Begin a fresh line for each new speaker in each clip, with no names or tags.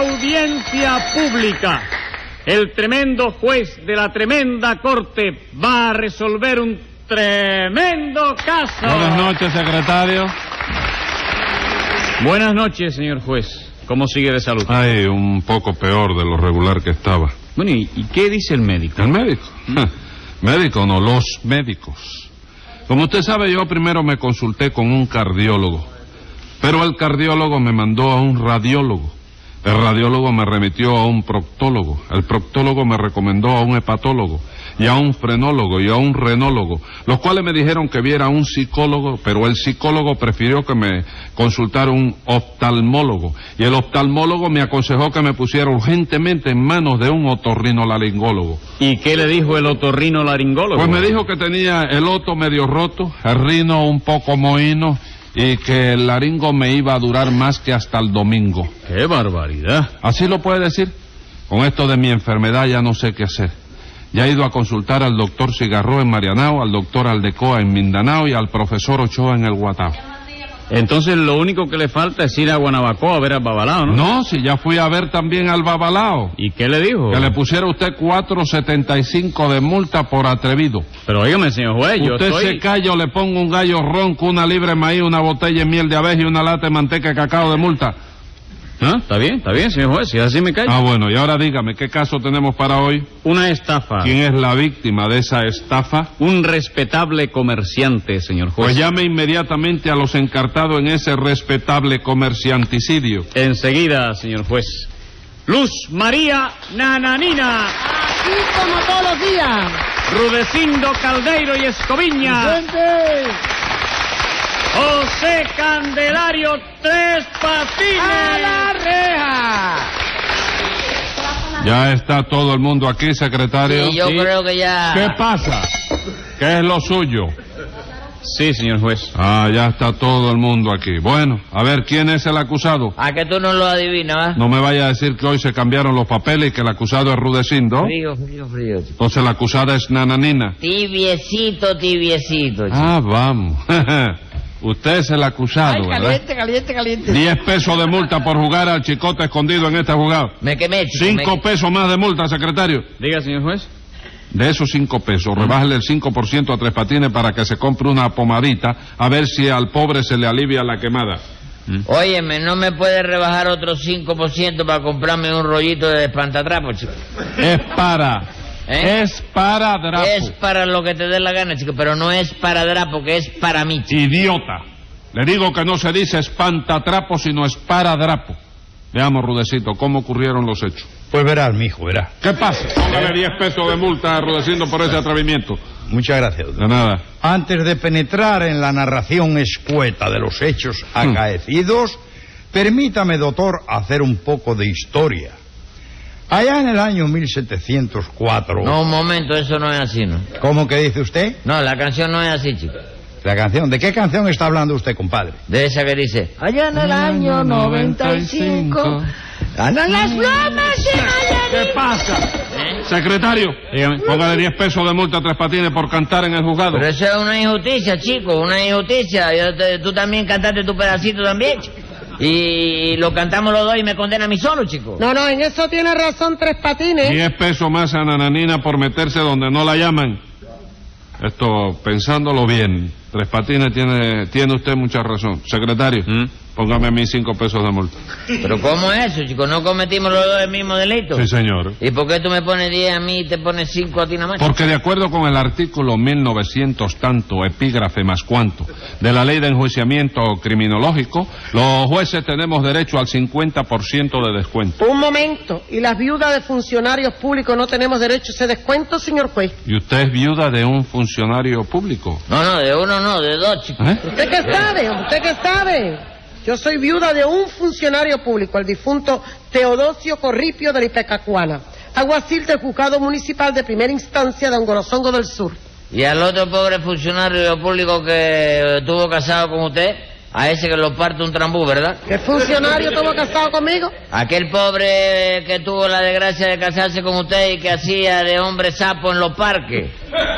audiencia pública. El tremendo juez de la tremenda corte va a resolver un tremendo caso.
Buenas noches, secretario.
Buenas noches, señor juez. ¿Cómo sigue de salud?
Ay, un poco peor de lo regular que estaba.
Bueno, ¿y, y qué dice el médico?
¿El médico? Ja, médico, no, los médicos. Como usted sabe, yo primero me consulté con un cardiólogo. Pero el cardiólogo me mandó a un radiólogo. El radiólogo me remitió a un proctólogo. El proctólogo me recomendó a un hepatólogo. Y a un frenólogo y a un renólogo. Los cuales me dijeron que viera a un psicólogo, pero el psicólogo prefirió que me consultara un oftalmólogo. Y el oftalmólogo me aconsejó que me pusiera urgentemente en manos de un otorrinolaringólogo.
¿Y qué le dijo el otorrino laringólogo?
Pues me dijo que tenía el oto medio roto, el rino un poco mohino y que el laringo me iba a durar más que hasta el domingo.
¡Qué barbaridad!
¿Así lo puede decir? Con esto de mi enfermedad ya no sé qué hacer. Ya he ido a consultar al doctor Cigarró en Marianao, al doctor Aldecoa en Mindanao y al profesor Ochoa en el Guatao.
Entonces lo único que le falta es ir a Guanabacoa a ver al Babalao, ¿no?
No, si ya fui a ver también al Babalao.
¿Y qué le dijo?
Que le pusiera usted 4.75 de multa por atrevido.
Pero óigame, señor juez, yo
Usted
estoy...
se calla o le pongo un gallo ronco, una libra de maíz, una botella de miel de abeja y una lata de manteca de cacao de multa.
Ah, Está bien, está bien, señor juez, si así me callo.
Ah, bueno, y ahora dígame, ¿qué caso tenemos para hoy?
Una estafa.
¿Quién es la víctima de esa estafa?
Un respetable comerciante, señor juez.
Pues llame inmediatamente a los encartados en ese respetable comercianticidio.
Enseguida, señor juez. Luz María Nananina,
Aquí como todos los días.
Rudecindo Caldeiro y
Ah.
Escoviña,
Gente.
José Candelario Tres Patines.
Ah.
¡A la reja!
Ya está todo el mundo aquí, secretario.
Sí, yo creo que ya.
¿Qué pasa? ¿Qué es lo suyo?
Sí, señor juez.
Ah, ya está todo el mundo aquí. Bueno, a ver, ¿quién es el acusado?
A que tú no lo adivinas, ¿ah?
No me vaya a decir que hoy se cambiaron los papeles y que el acusado es Rudecindo.
Frío, frío, frío.
Entonces la acusada es Nananina.
Tibiecito, tibiecito. chico.
Ah, vamos. Usted es el acusado, ¿verdad?
caliente, caliente.
Diez pesos de multa por jugar al chicote escondido en esta jugada.
Me quemé, chico.
Cinco
me-
pesos más de multa, secretario.
Diga, señor juez.
De esos cinco pesos, rebájale el 5% a Tres Patines para que se compre una pomadita a ver si al pobre se le alivia la quemada.
Óyeme, no me puedes rebajar otro 5% para comprarme un rollito de espantatrapo, chico.
Es para.
¿Eh?
Es para drapo.
Es para lo que te dé la gana, chico, pero no es para drapo, que es para mí, chico.
Idiota. Le digo que no se dice espantatrapo, sino es para drapo. Veamos, Rudecito, cómo ocurrieron los hechos.
Pues verás, mijo, verás.
¿Qué pasa? Póngale 10 pesos de multa a Rudecindo por ese atrevimiento.
Muchas gracias. doctor.
De nada.
Antes de penetrar en la narración escueta de los hechos acaecidos, permítame, doctor, hacer un poco de historia. Allá en el año 1704...
No, un momento, eso no es así, ¿no?
¿Cómo que dice usted?
No, la canción no es así, chico.
La canción. ¿De qué canción está hablando usted, compadre?
De esa que dice...
Allá en el año 95 ganan las
Mm.
bromas de
¿Qué
Nayarit.
pasa?
¿eh?
Secretario, póngale 10 pesos de multa a Tres Patines por cantar en el juzgado.
Pero eso es una injusticia, chico, una injusticia. Yo te- tú también cantaste tu pedacito también, chico. Y lo cantamos los dos y me condena a mí solo, chico.
No, no, en eso tiene razón Tres Patines.
10 pesos más a Nananina por meterse donde no la llaman. Esto, pensándolo bien, Tres Patines tiene, tiene usted mucha razón. Secretario,
¿Mm?
póngame a mí 5 pesos de multa.
Pero ¿cómo es eso, chico? ¿No cometimos los dos el mismo delito?
Sí, señor.
¿Y por qué tú me pones 10 a mí y te pones 5 a ti nada más?
Porque de acuerdo con el artículo 1900 tanto, epígrafe más cuanto, de la ley de enjuiciamiento criminológico, los jueces tenemos derecho al 50% de descuento.
Un momento, ¿y las viudas de funcionarios públicos no tenemos derecho a ese descuento, señor juez?
¿Y usted es viuda de un funcionario público?
No, no, de uno no, de dos, chico.
¿Eh?
¿Usted qué sabe? ¿Usted qué sabe? Yo soy viuda de un funcionario público, el difunto Teodosio Corripio de la Ipecacuana, aguacil del juzgado municipal de primera instancia de Angorozongo del Sur.
Y al otro pobre funcionario público que estuvo casado con usted. A ese que lo parte un trambú, ¿verdad?
¿Qué funcionario estuvo casado conmigo?
Aquel pobre que tuvo la desgracia de casarse con usted y que hacía de hombre sapo en los parques.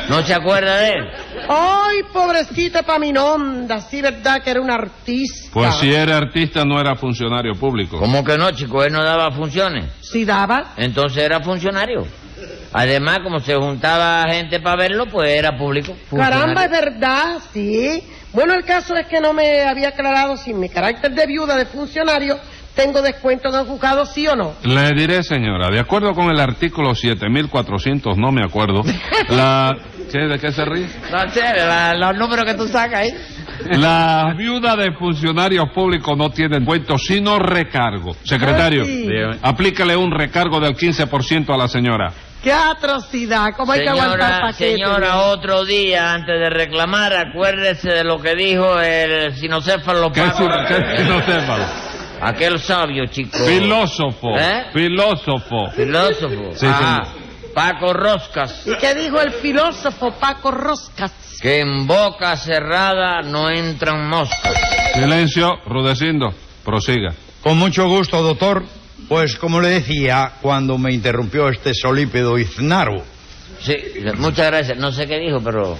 ¿No se acuerda de él?
Ay, pobrecita Paminonda, sí, verdad que era un artista.
Pues si era artista no era funcionario público.
¿Cómo que no, chico? Él no daba funciones.
Sí daba.
Entonces era funcionario. Además, como se juntaba gente para verlo, pues era público. Funcionario.
Caramba, es verdad, sí. Bueno, el caso es que no me había aclarado si mi carácter de viuda de funcionario tengo descuento de juzgado, sí o no.
Le diré, señora, de acuerdo con el artículo 7400, no me acuerdo, la... ¿Qué, ¿De qué se ríe?
No sé, la- los números que tú sacas ahí.
¿eh?
Las viudas de funcionarios públicos no tienen cuento, sino recargo. Secretario,
Ah, sí.
dígame. aplícale un recargo del 15% a la señora.
¡Qué atrocidad! ¿Cómo hay que aguantar
Señora,
paquetes?
señora, oh. otro día antes de reclamar, acuérdese de lo que dijo el sinocéfalo
¿Qué
Paco.
sin- qué sinocéfalo?
Aquel sabio, chico.
Filósofo,
¿Eh?
filósofo.
Filósofo.
Sí,
Ah, Paco Roscas.
¿Y qué dijo el filósofo Paco Roscas?
Que en boca cerrada no entran moscas.
Silencio, Rudecindo, prosiga.
Con mucho gusto, doctor. Pues como le decía cuando me interrumpió este solípedo Iznaro,
Sí, muchas gracias. No sé qué dijo, pero...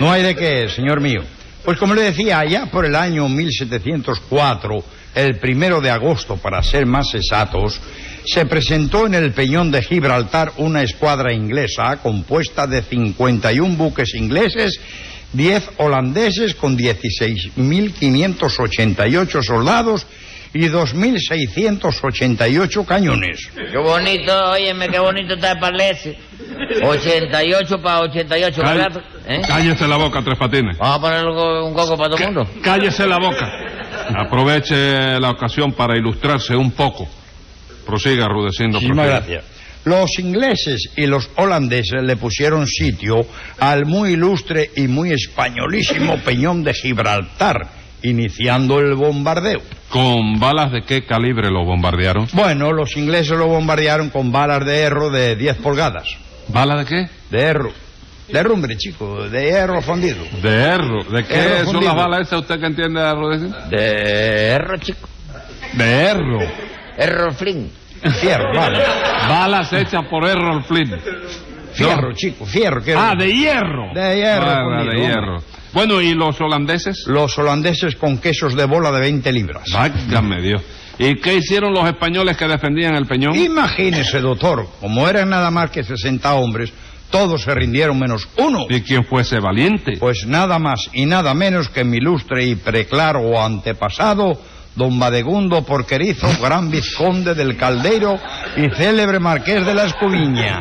no hay de qué, señor mío. Pues como le decía, allá por el año 1704, el primero de agosto, para ser más exactos, se presentó en el Peñón de Gibraltar una escuadra inglesa compuesta de 51 buques ingleses, 10 holandeses con 16.588 soldados y 2.688 cañones.
Qué bonito, óyeme, qué bonito está el parlese. 88 para 88, ¿verdad?
Call-
¿Eh?
Cállese la boca, Tres Patines.
Vamos a poner un co- un coco para todo el mundo.
Cállese la boca. Aproveche la ocasión para ilustrarse un poco. Prosiga, Rudecindo.
Muchísimas
prosiga.
gracias. Los ingleses y los holandeses le pusieron sitio al muy ilustre y muy españolísimo Peñón de Gibraltar, iniciando el bombardeo.
¿Con balas de qué calibre lo bombardearon?
Bueno, los ingleses lo bombardearon con balas de hierro de 10 pulgadas.
¿Bala de qué?
De hierro. De hierro, hombre, chico, de hierro fundido.
De erro. ¿De qué
Erro
son
fundido.
las balas esas? ¿Usted que entiende, Rudecindo?
De erro, chico.
De erro.
Error Flynn.
Fierro, vale.
Balas hechas por Errol Flynn.
Fierro,
No.
chico, fierro. que-
Ah, de hierro.
De hierro,
Bala
fundido,
de
hombre.
hierro. Bueno, ¿y los holandeses?
Los holandeses con quesos de bola de 20 libras.
Válgame Dios. ¿Y qué hicieron los españoles que defendían el peñón?
Imagínese, doctor, como eran nada más que 60 hombres, todos se rindieron menos uno.
¿Y quién fue ese valiente?
Pues nada más y nada menos que mi ilustre y preclaro antepasado, don Badegundo Porquerizo, gran vizconde del Caldeiro y célebre marqués de la Escubiña.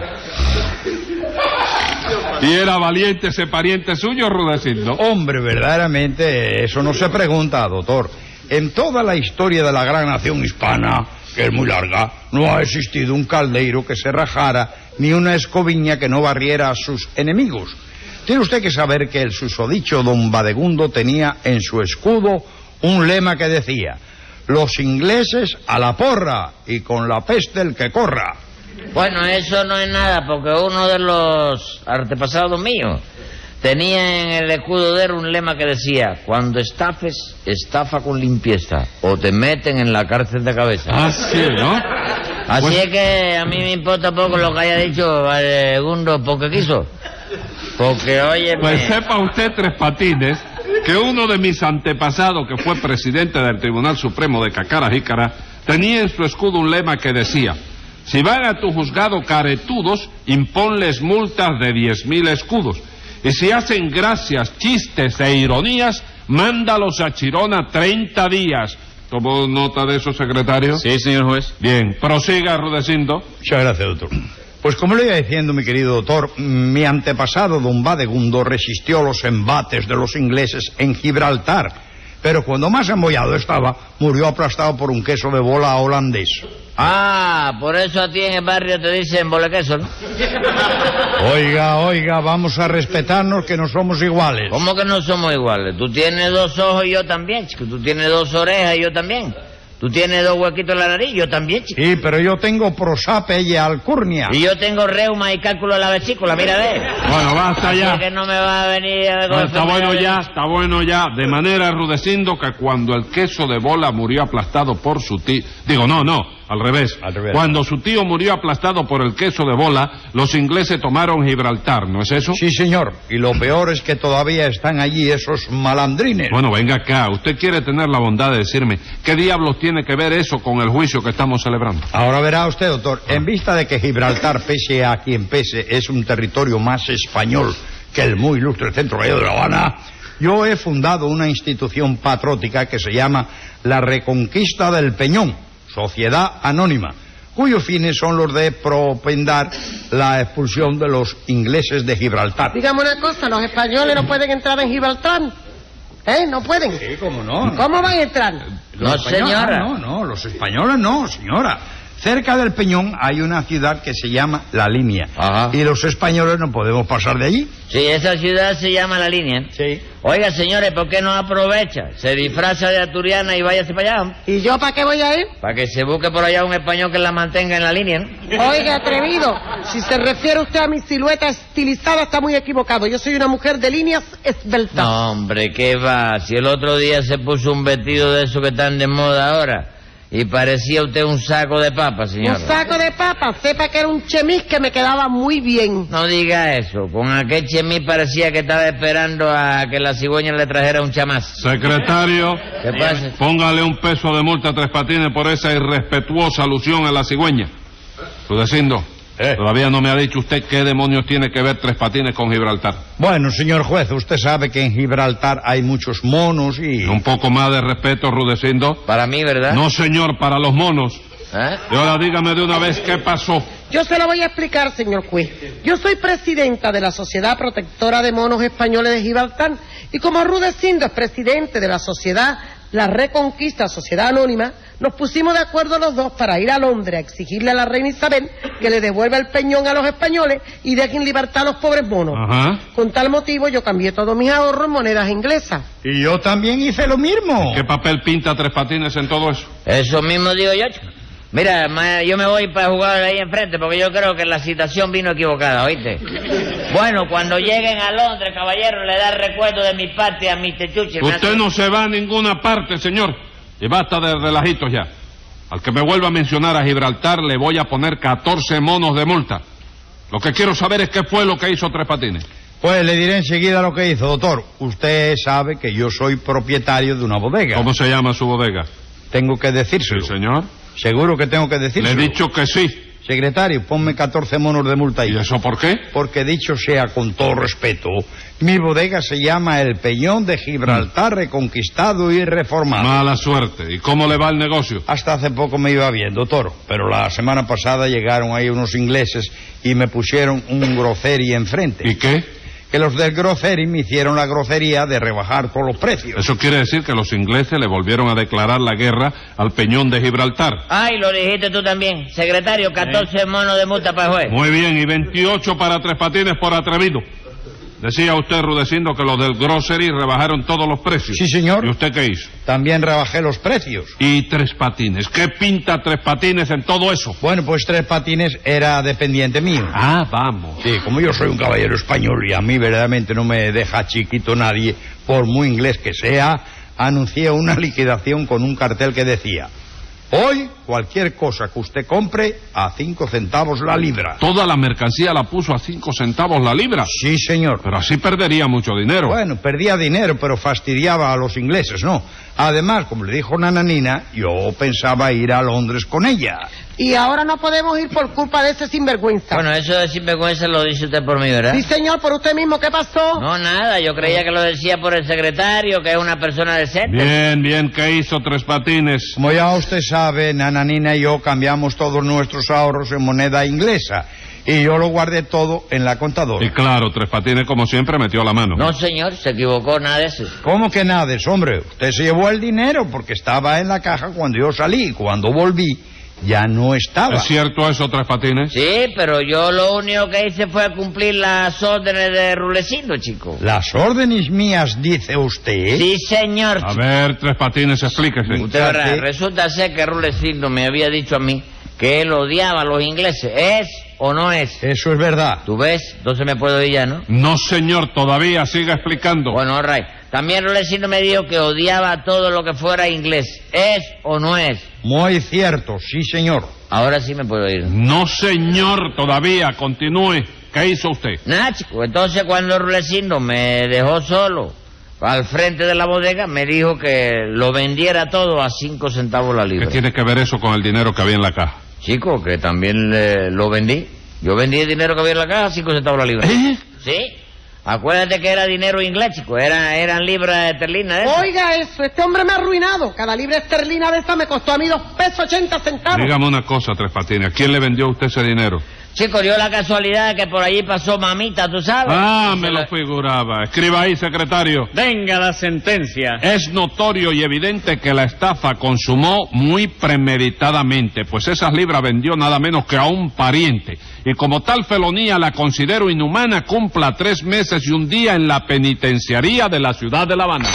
¿Y era valiente ese pariente suyo, Rudecindo?
Hombre, verdaderamente, eso no se pregunta, doctor. En toda la historia de la gran nación hispana, que es muy larga, no ha existido un caldeiro que se rajara ni una escobiña que no barriera a sus enemigos. Tiene usted que saber que el susodicho don Badegundo tenía en su escudo un lema que decía, los ingleses a la porra y con la peste el que corra.
Bueno, eso no es nada, porque uno de los antepasados míos tenía en el escudo de él un lema que decía, cuando estafes, estafa con limpieza, o te meten en la cárcel de cabeza.
Ah, sí, ¿no?
Así
Pues-
es que a mí me importa poco lo que haya dicho Segundo porque quiso. Porque, oye,
Pues sepa usted, Tres Patines, que uno de mis antepasados, que fue presidente del Tribunal Supremo de Cacarajícara, tenía en su escudo un lema que decía, si van a tu juzgado caretudos, imponles multas de diez mil escudos. Y si hacen gracias, chistes e ironías, mándalos a Chirona 30 días. ¿Tomó nota de eso, secretario?
Sí, señor juez.
Bien, prosiga, Rudecindo.
Muchas gracias, doctor. Pues como le iba diciendo, mi querido doctor, mi antepasado Don Badegundo resistió los embates de los ingleses en Gibraltar, pero cuando más embollado estaba, murió aplastado por un queso de bola holandés.
Ah, por eso a ti en el barrio te dicen bolequeso, ¿no?
Oiga, oiga, vamos a respetarnos que no somos iguales.
¿Cómo que no somos iguales? Tú tienes dos ojos y yo también, chico. Tú tienes dos orejas y yo también. Tú tienes dos huequitos en la nariz, yo también, chico.
Sí, pero yo tengo prosape y alcurnia.
Y yo tengo reuma y cálculo en la vesícula, mira de
Bueno, basta ya.
que no me va a venir a...
No, está bueno ya, está bueno ya. De manera rudeciendo que cuando el queso de bola murió aplastado por su tío. Digo, no, no, al revés.
Al revés.
Cuando su tío murió aplastado por el queso de bola, los ingleses tomaron Gibraltar, ¿no es eso?
Sí, señor. Y lo peor es que todavía están allí esos malandrines.
Bueno, venga acá. Usted quiere tener la bondad de decirme qué diablos tiene que ver eso con el juicio que estamos celebrando.
Ahora verá usted, doctor, en vista de que Gibraltar, pese a quien pese, es un territorio más español que el muy ilustre centro gallego de La Habana, yo he fundado una institución patrótica que se llama la Reconquista del Peñón, Sociedad Anónima, cuyos fines son los de propendar la expulsión de los ingleses de Gibraltar.
Dígame una cosa, los españoles no pueden entrar en Gibraltar. ¿Eh? ¿No pueden?
Sí, cómo no.
¿Cómo van a entrar?
No,
españoles-
señora.
No, no, los españoles no, señora. Cerca del Peñón hay una ciudad que se llama La Línea.
Ajá.
Y los españoles no podemos pasar de allí.
Sí, esa ciudad se llama La Línea. ¿eh?
Sí.
Oiga, señores, ¿por qué no aprovecha? Se disfraza de asturiana y váyase para allá. ¿eh?
¿Y yo para qué voy a ir?
Para que se busque por allá un español que la mantenga en la línea, ¿eh? ¿no?
Oiga, atrevido, si se refiere usted a mi silueta estilizada, está muy equivocado. Yo soy una mujer de líneas esbeltas.
No, hombre, ¿qué va? Si el otro día se puso un vestido de esos que están de moda ahora y parecía usted un saco de papa, señor.
un saco de papas, sepa que era un chemis que me quedaba muy bien.
No diga eso. Con aquel chemis parecía que estaba esperando a que la cigüeña le trajera un chamás.
Secretario,
¿Qué pasa?
póngale un peso de multa a Tres Patines por esa irrespetuosa alusión a la cigüeña. Rudecindo,
Eh.
todavía no me ha dicho usted qué demonios tiene que ver Tres Patines con Gibraltar.
Bueno, señor juez, usted sabe que en Gibraltar hay muchos monos y...
Un poco más de respeto, Rudecindo.
Para mí, ¿verdad?
No, señor, para los monos.
¿Eh?
Y ahora dígame de una vez qué pasó.
Yo se lo voy a explicar, señor juez. Yo soy presidenta de la Sociedad Protectora de Monos Españoles de Gibraltar y como Rudecindo es presidente de la Sociedad La Reconquista, Sociedad Anónima, nos pusimos de acuerdo los dos para ir a Londres a exigirle a la reina Isabel que le devuelva el peñón a los españoles y deje en libertad a los pobres monos.
Ajá.
Con tal motivo yo cambié todos mis ahorros en monedas inglesas.
Y yo también hice lo mismo.
¿Qué papel pinta Tres Patines en todo eso?
Eso mismo digo yo. chico. Mira, ma- yo me voy para jugar ahí enfrente porque yo creo que la citación vino equivocada, ¿oíste? Bueno, cuando lleguen a Londres, caballero, le da el recuerdo de mi parte a Mr. Churchill. Me hace-
Usted no se va a ninguna parte, señor. Y basta de relajitos ya. Al que me vuelva a mencionar a Gibraltar le voy a poner 14 monos de multa. Lo que quiero saber es qué fue lo que hizo Tres Patines.
Pues le diré enseguida lo que hizo, doctor. Usted sabe que yo soy propietario de una bodega.
¿Cómo se llama su bodega?
Tengo que
Sí,
decírselo.
señor.
Seguro que tengo que
Le he
decírselo.
dicho que sí.
Secretario, ponme 14 monos de multa ahí.
¿Y eso por qué?
Porque dicho sea con todo respeto, mi bodega se llama El Peñón de Gibraltar Reconquistado y Reformado.
Mala suerte. ¿Y cómo le va el negocio?
Hasta hace poco me iba bien, doctor, pero la semana pasada llegaron ahí unos ingleses y me pusieron un grocery enfrente.
¿Y qué?
Que los del grocery me hicieron la grosería de rebajar todos los precios.
Eso quiere decir que los ingleses le volvieron a declarar la guerra al peñón de Gibraltar.
Ay, lo dijiste tú también. Secretario, 14 monos de multa para el juez.
Muy bien, y 28 para Tres Patines por atrevido. Decía usted, Rudecindo, que los del grocery rebajaron todos los precios.
Sí, señor.
¿Y usted qué hizo?
También rebajé los precios.
Y Tres Patines. ¿Qué pinta Tres Patines en todo eso?
Bueno, pues Tres Patines era dependiente mío.
Ah, vamos.
Sí, como yo soy un caballero español y a mí verdaderamente no me deja chiquito nadie, por muy inglés que sea, anuncié una liquidación con un cartel que decía, hoy cualquier cosa que usted compre a cinco centavos la libra.
Toda la mercancía la puso a cinco centavos la libra.
Sí, señor.
Pero así perdería mucho dinero.
Bueno, perdía dinero, pero fastidiaba a los ingleses, ¿no? Además, como le dijo Nananina, yo pensaba ir a Londres con ella.
Y ahora no podemos ir por culpa de ese sinvergüenza.
Bueno, eso de sinvergüenza lo dice usted por mí, ¿verdad?
Sí, señor, por usted mismo, ¿qué pasó?
¿Eh? No, nada, yo creía que lo decía por el secretario, que es una persona decente.
Bien, bien, ¿qué hizo Tres Patines?
Como ya usted sabe, Nananina y yo cambiamos todos nuestros ahorros en moneda inglesa. Y yo lo guardé todo en la contadora.
Y claro, Tres Patines, como siempre, metió la mano.
No, señor, se equivocó, nada de eso.
¿Cómo que nada, hombre? Usted se llevó el dinero porque estaba en la caja cuando yo salí. Cuando volví, ya no estaba.
¿Es cierto eso, Tres Patines?
Sí, pero yo lo único que hice fue cumplir las órdenes de Rulecino, chico.
Las órdenes mías, dice usted.
Sí, señor.
A
Ah,
chico.
ver, Tres Patines, explíquese.
Usted verá,
Fíjate.
resulta ser que Rulecino me había dicho a mí que él odiaba a los ingleses. ¿Es o no es?
Eso es verdad.
¿Tú ves? Entonces me puedo ir ya, ¿no?
No, señor, todavía siga explicando.
Bueno, all right. También Rulecino me dijo que odiaba todo lo que fuera inglés. ¿Es o no es?
Muy cierto, sí, señor.
Ahora sí me puedo ir.
No, señor, todavía continúe. ¿Qué hizo usted?
Nada, chico. Entonces cuando Rulecindo me dejó solo al frente de la bodega, me dijo que lo vendiera todo a cinco centavos la
¿Qué
libra.
tiene que ver eso con el dinero que había en la caja?
Chico, que también eh, lo vendí. Yo vendí el dinero que había en la caja a cinco centavos la libra.
¿Eh?
¿Sí? Acuérdate que era dinero inglés, chico. Era, eran libras esterlinas. ¿eh?
Oiga eso, este hombre me ha arruinado. Cada libra esterlina de esa me costó a mí dos pesos ochenta centavos.
Dígame una cosa, Tres Patines. ¿A quién le vendió usted ese dinero?
Chico, dio la casualidad que por allí pasó mamita, ¿tú sabes?
Ah,
Y
me
se
lo
la-
figuraba. Escriba ahí, secretario.
Venga la sentencia.
Es notorio y evidente que la estafa consumó muy premeditadamente, pues esas libras vendió nada menos que a un pariente. Y como tal felonía la considero inhumana, cumpla tres meses y un día en la penitenciaría de la ciudad de La Habana.